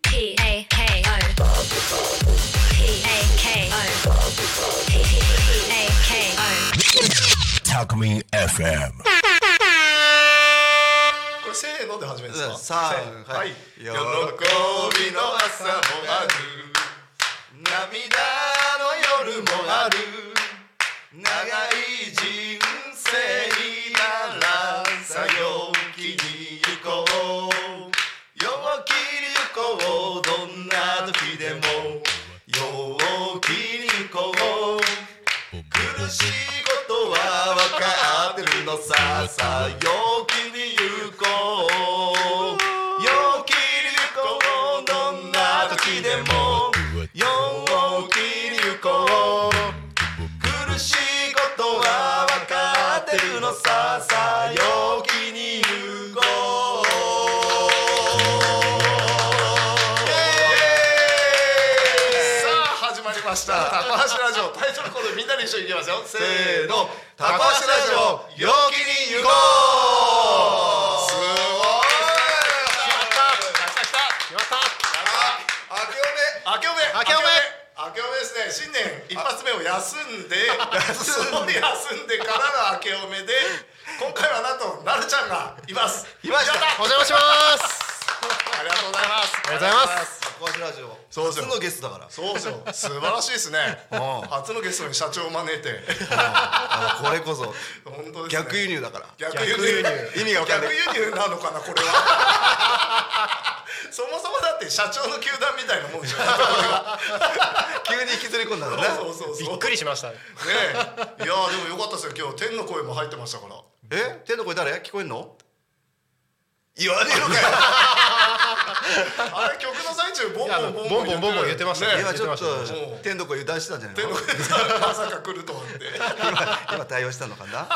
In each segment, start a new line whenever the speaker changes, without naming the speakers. P A K O. P A K O. P A K O.
Talk Me FM.
これせーので始めるんですか
さあ
せー
は
はいい、
喜
喜
び
び
の
の
朝
朝
も
も
あ
あ
る
る
涙の夜もある長い人生ならさ陽気に行こう陽気に行こうどんな時でも陽気に行こう苦しいことは分かってるのささあ陽気に行こう陽気に行こうどんな時でも陽気に行こう苦しいことは分かってるのささ陽気に言うこう
さあ始まりました高橋ラジオタイトルコールみんなで一緒に行きますよせ
せー
ーの
のタコ足ラジオ陽気に言うこう
すごい
けおめ
決まった明けおめ明明けおめですね新年一発目を休ん で休んで休んでからの明けおめで今回はなんとなるちゃんがいますいました
お邪魔します。
ありがとうございます
おはようございます。
タコ足ラジオ
そうですよ
初のゲストだから
そうですよ素晴らしいですね初のゲストに社長を招いて
あこれこそ
本当ですね
逆輸入だから
逆輸入
意味が分かんない
逆輸入なのかなこれはそもそもだって社長の球団みたいなもんじゃない
急に引きずり込んだんだね
そうそうそう
び
そ
っ
う
くりしました。
ねえいやーでもよかったですよ今日天の声も入ってましたから
え天の声誰聞こえんの言わねえのかよ
あれ曲の最中ボ
いやあの
ンボン
ボンボンボンボン言ってましたね
今ちょっと
言ってま
したね
天の声油断してたんじゃない
天
の
の声がまさか来るとはって
今今対応したのかな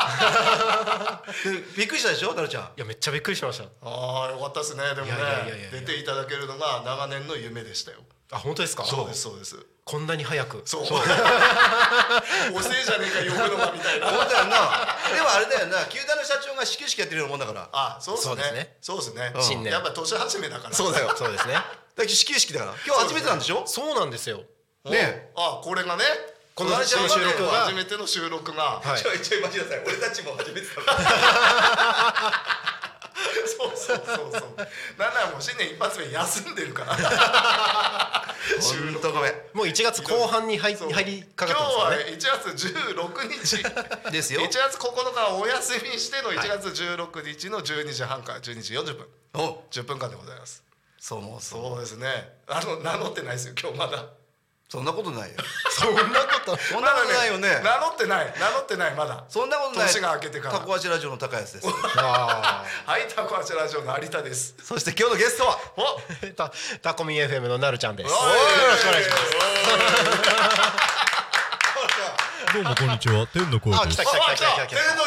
でびっくりしたでしょなるちゃん
いやめっちゃびっくりしまし
ああよかったですねでもね
いやいやいやいやいや
出ていただけるのが長年の夢でしたよ
た。あ本当ですか。
そうですそうです
こんなに早く。
そう おせえじゃねえか呼ぶのかみたいな
そうだよなでもあれだよな球団の社長が始球式やってるようなもんだからだか
あそうです
そうです
ね
ね
そうですね
ん新年
やっぱ年始めだから
そうだよ
そうですね。
ら始球式だから今日初めてなんでしょ
そうなんですよ。
うん
ね
あこれがね
この
収
収録
録
が
初めての収録が
はい
ちょいちょい待ちなさい俺たちも初めてだから
そうそうそうそうなんならもう新年一発目休んでるから
ほんとごめん
もう1月後半に入
そう
入りか
今日
かってますからね。
は1月16日
ですよ
1月9日はお休みしての1月16日の12時半から12時40分
お
10分間でございます
そうもうそう
そうですねあの名乗ってないですよ今日まだ
そんなこと ないよ
そんなこと。
そんなことないよね
名乗ってない名乗ってないまだ
そんなことない
年が明けてから
タコ足ラジオの高安 です
あ
はいタコアチラジオの有田です
そして今日のゲストは
およ
ーた タコミン FM のなるちゃんです。
ろしくお願いします
どうもこんにちは、天の声
あ
で
来
す
た来た来た来た来た。
天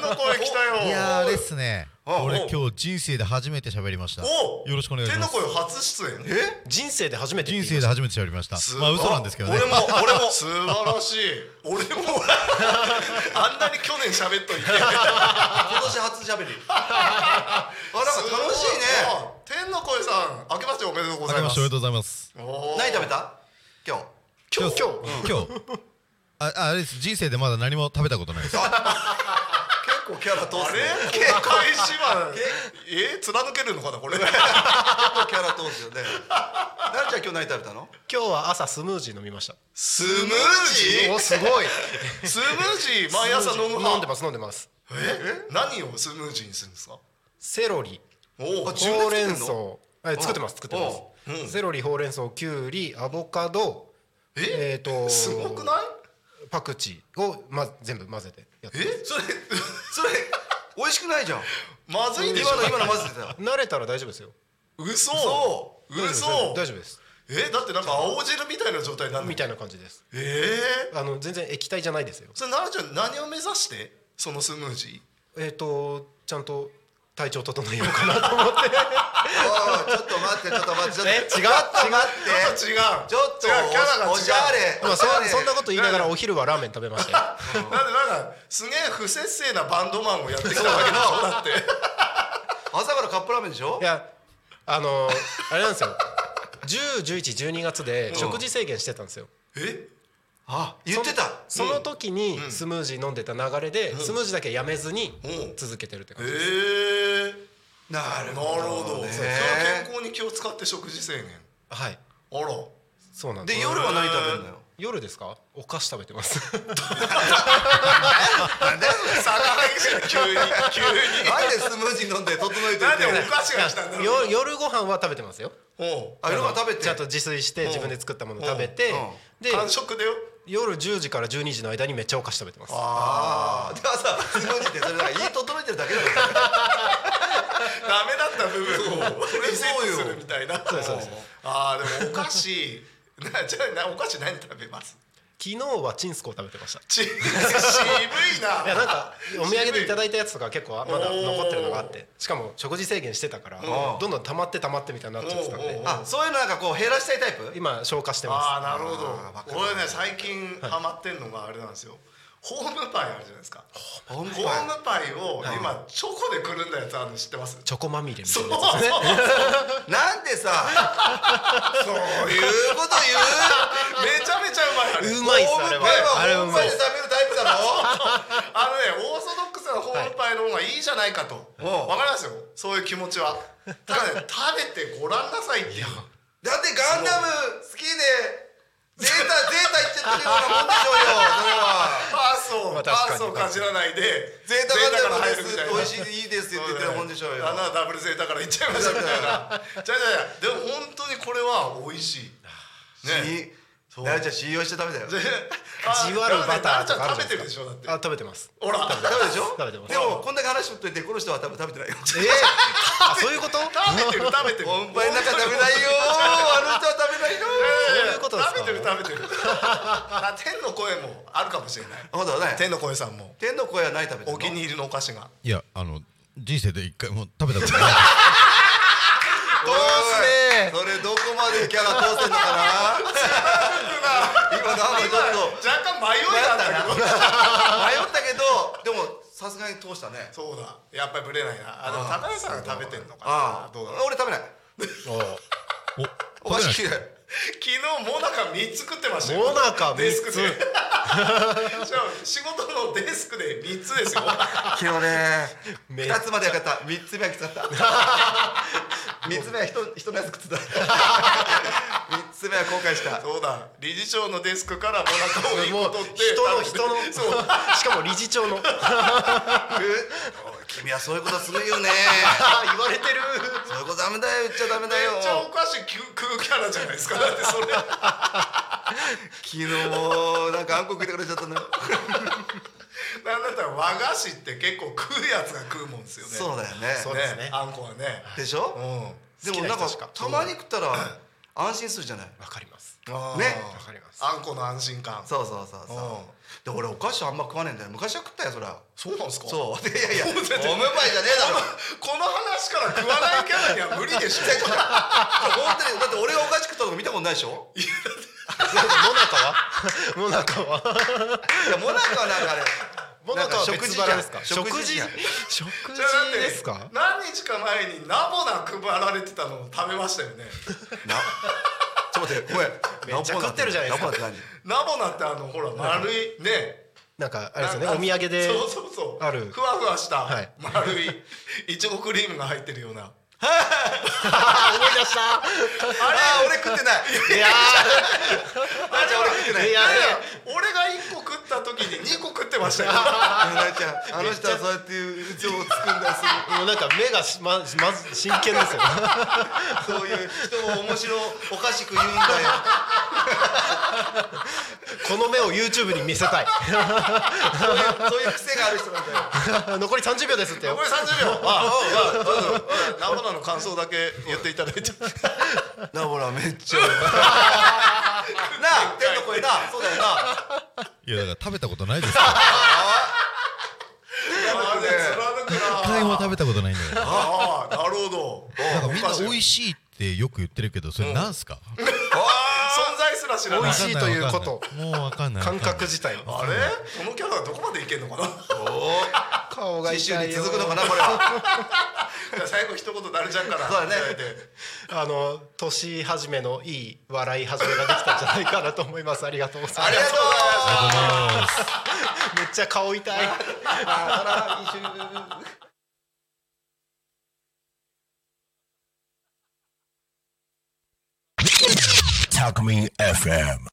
の声来たよ
いやーですね
あ
俺
お
今日人生で初めて喋りました
お
よろしくお願いします
天の声初出演
え
人生で初めて。
人生で。初めて喋りましたまあ嘘なんですけどね
俺も俺も素晴らしい俺も あんなに去年喋っといて
今年初喋りあなんか楽しいね
あ天の声さん明けましておめでとうご
明
ざ
け
い
まし
ます
ておめでとうございます
おー
何食べた今日
今日今
今
日。
日ああれです人生でまだ何も食べたことないです
結構キャラ通
あ
すね
れ
結
公開芝え貫けるのかなこれあ
構キャラ通すよねなるちゃん今日何食べたの
今日は朝スムージー飲みました。
スムージ
おすごい。
ースムージー毎朝飲む派
飲んでます飲んでます。
え何をスムージーにするんですか
セロリ。
お
あ
お
自分
ほう
で
れ
作ってん
ん草
の
え作ってます作ってます、セロリほうれん草きゅうりアボカド
え
えーと
すごくない
パクチーを、ま、全部混ぜてやってま
えそ
そ
れ
れ美味しくないじゃん
まずいんでしょ
今の今の混ぜてたよ
す慣れたら大丈夫ですよ
嘘
大丈夫です
嘘
大丈夫です
えだってなんか青汁みたいな状態になる
みたいな感じです
ええ
あの全然液体じゃないですよ
それ奈々ちゃん何を目指してそのスムージ
えっ、とちゃんと体調整えようかなと思って
おいちょっと待ってちょっと待ってちょっと
え違
ちょ
う
っと待
ーちょっ
って
と違う
ちょっと
違うキャラが違う
おしゃれ
まあそ
おしゃれ
そんなこと言いながらお昼はラーメン食べましたよ
なんでなんかすげえ不節制なバンドマンをやってきたわけでしょだって
朝からカップラーメンでしょ
いやあのあれなんですよ10、11、12月で食事制限してたんですよ。
え
あ言ってた
その時にスムージー飲んでた流れで、スムージーだけやめずに続けてるっ
え
て感じです。
ー、
な
な
る
る
ほど
ほど、
ね
それは健康に気を使って食事制限
はい。
あら
そうなんです。
で夜は何食べるのよ
夜ですか？お菓子食べてます。
差が激しいな急に急に
なんでスムージー飲んで整えてて
なんでお菓子がしたんだろう
よ夜ご飯は食べてますよ。
おう
あ夜は食べて
ちゃんと自炊して自分で作ったもの食べて
うんうん、
で
完食だよ
夜10時から12時の間にめっちゃお菓子食べてます。
ああではさスムージーってそれだから胃整えてるだけだよ
ダメだった部分を
そう
リセット
そう
す
よ
るみたいな
そうですそうです
あーでもお菓子なじゃあなお菓子何食べます
昨日はチンスコを食べてました。
ち 渋いない
やなんかお土産でいただいたやつとか結構まだ残ってるのがあってしかも食事制限してたからどんどん溜まって溜まってみたいになっちゃってたん
おうおうお
で
う
あ
あ そういうのなんかこう減らしたいタイプ
今消化して
ああ
ま
なるほ
あーわか
ど
る
俺ね最近ハマってんのがあれなんですよホームパイあるじゃないですかホームパイを今チョコでくるんだやつあるの知ってます
すチョコまみれみた
そう
い
そう
なやつ
そう
なんでさ
そう
そういうこと言う
めちゃめちゃうまいあれ
うまいっす
ホー
あれ
ム
は
パイ
あれ
はホー
はう
ム
ま
パイ
い
で食べるタイプだろ
あのねオーソドックスなホームパイの方がいいじゃないかと、
はい
わかりますよそういう気持ちはただね食べてごらんなさいっていう
だってガンダム好きでゼータゼータいっちゃってるようなもんでしょうよそれは
パースを、
まあ
パ
確かに
ースをかじらないで
ゼータガンダムで
ゼ
す
ータから入るみたいな
美味しいいいですって言ってたもんでしょうよ
あのダブルゼータからいっちゃいましたみたい なじゃあじゃあでも本当にこれは美味しいね
ねそうなるちゃん信用して食べたよ
で
食
あ
じわるバターと
だ
かあ
らねなるちゃん食
る
べてるでし
じゃないです
ょ
か
だって
あ食べてます
ほら
べたでしょ
食べてます
でもこんだけ話しといてこの人は多分食べてないよ
えー、あそういうこと
食べてる食べてる
おっぱいの中食べないよあの人は食べないよ
そういうことですか
食べてる食べてるあ天の声もあるかもしれない
あほんとだね
天の声さんも
天の声は何食べてんの
お気に入りのお菓子が
いやあの人生で一回も食べたことない
通
ね
それどこまでキャラ通せんのかな今なんかちょっと
若干迷い
迷っ
だったた
な
け
迷
ど
ったけどでもさすがに通したね
そうだやっぱりブレないなあでも高橋さんが食べてんのかな
ああ
どうだろう
俺食べない
お
お菓子
食べ
嫌い
昨日モナカ3つ食ってましたよ
モナカ
デスクで
三
じゃあ仕事のデスクで3つですよ
昨日ね
め
二つまでよかった三つ目はきつかった三つ目は人人のやつ食ってた三つ目は後悔した
そうだ理事長のデスクからモナカを一
もう
個取って
人の人の
そう
しかも理事長の
おい君はそういうことするよね
あ言われてる
そういうことダメだよ言っちゃダメだ
め
よ
っちゃお菓子食うキャラじゃない ですかだってそれ
昨日なんかあんこ食いてくれちゃったのよ
なんだったら和菓子って結構食うやつが食うもんですよね
そうだよね
そうですね
あんこはね
でしょ、
好き
でも
な
なん
人しか
かたまに食ったら安心するじゃない
わかります
あー
ね
わかります
あんこの安心感
そうそうそうそうで俺お菓子あんま食わねえんだよ昔は食ったよそりゃ
そうなんですか
そうでいやいやおむばいじゃねえだろ
この話から食わないキャラには無理で しょ
本当にだって俺がお菓子食ったとこ見たことないでしょい
モナカは
やモナカはなんかあれ
モナカは別腹ですか
食事じゃん
食事
じゃあだって
ですか
何日か前にナボナ配られてたのを食べましたよね
なちょっと待ってごめん
めっちゃ食ってるじゃないです
ナ
か
ポナって
ナボナってあのほら丸いね
なんかあれですよね
なん
お
か
土産で
そうそうそう
ある
ふわふわした
はい
丸いいちごクリームが入ってるような
あ思い出した
何あー俺食ってない
いや
なちゃん俺食ってない
いや
いやいや俺が1個食った時に2個食ってましたよ
なちゃんあの人はそうやってうちをつくんだす
ーもうなんか目がしままず真剣ですよ
そういう人を面白おかしく言うんだよ
この目を YouTube に見せたい
そういう そういう癖がある人なんだよ
残り30秒ですってよ
これ30秒ああどうぞどうぞナボナの感想だけ言っていただいて
なほらめっちゃなあ天の 声なそうだよない
やだから食べたことないですから
あれ貫くな
一回も食べたことないんだから
ああなるほど
なんかみんな美
い
味しいってよく言ってるけどそれなんすか、
存在すら知ら
美
ない
味しいということ
もうわかんないわかんな
感
い
覚自体
あれこ のキャラはどこまでいけんのかな
顔が
次週
痛い
に
よ
続くのかなこれは
じゃあ最後一言なるちゃんから
そうだね
いたいて
あの年始めのいい笑い始めができたんじゃないかなと思います。ありがとうござい
あ
ます。
りが
めっ
とうございます
ちゃ顔痛い。
あら一瞬
Talk Me FM.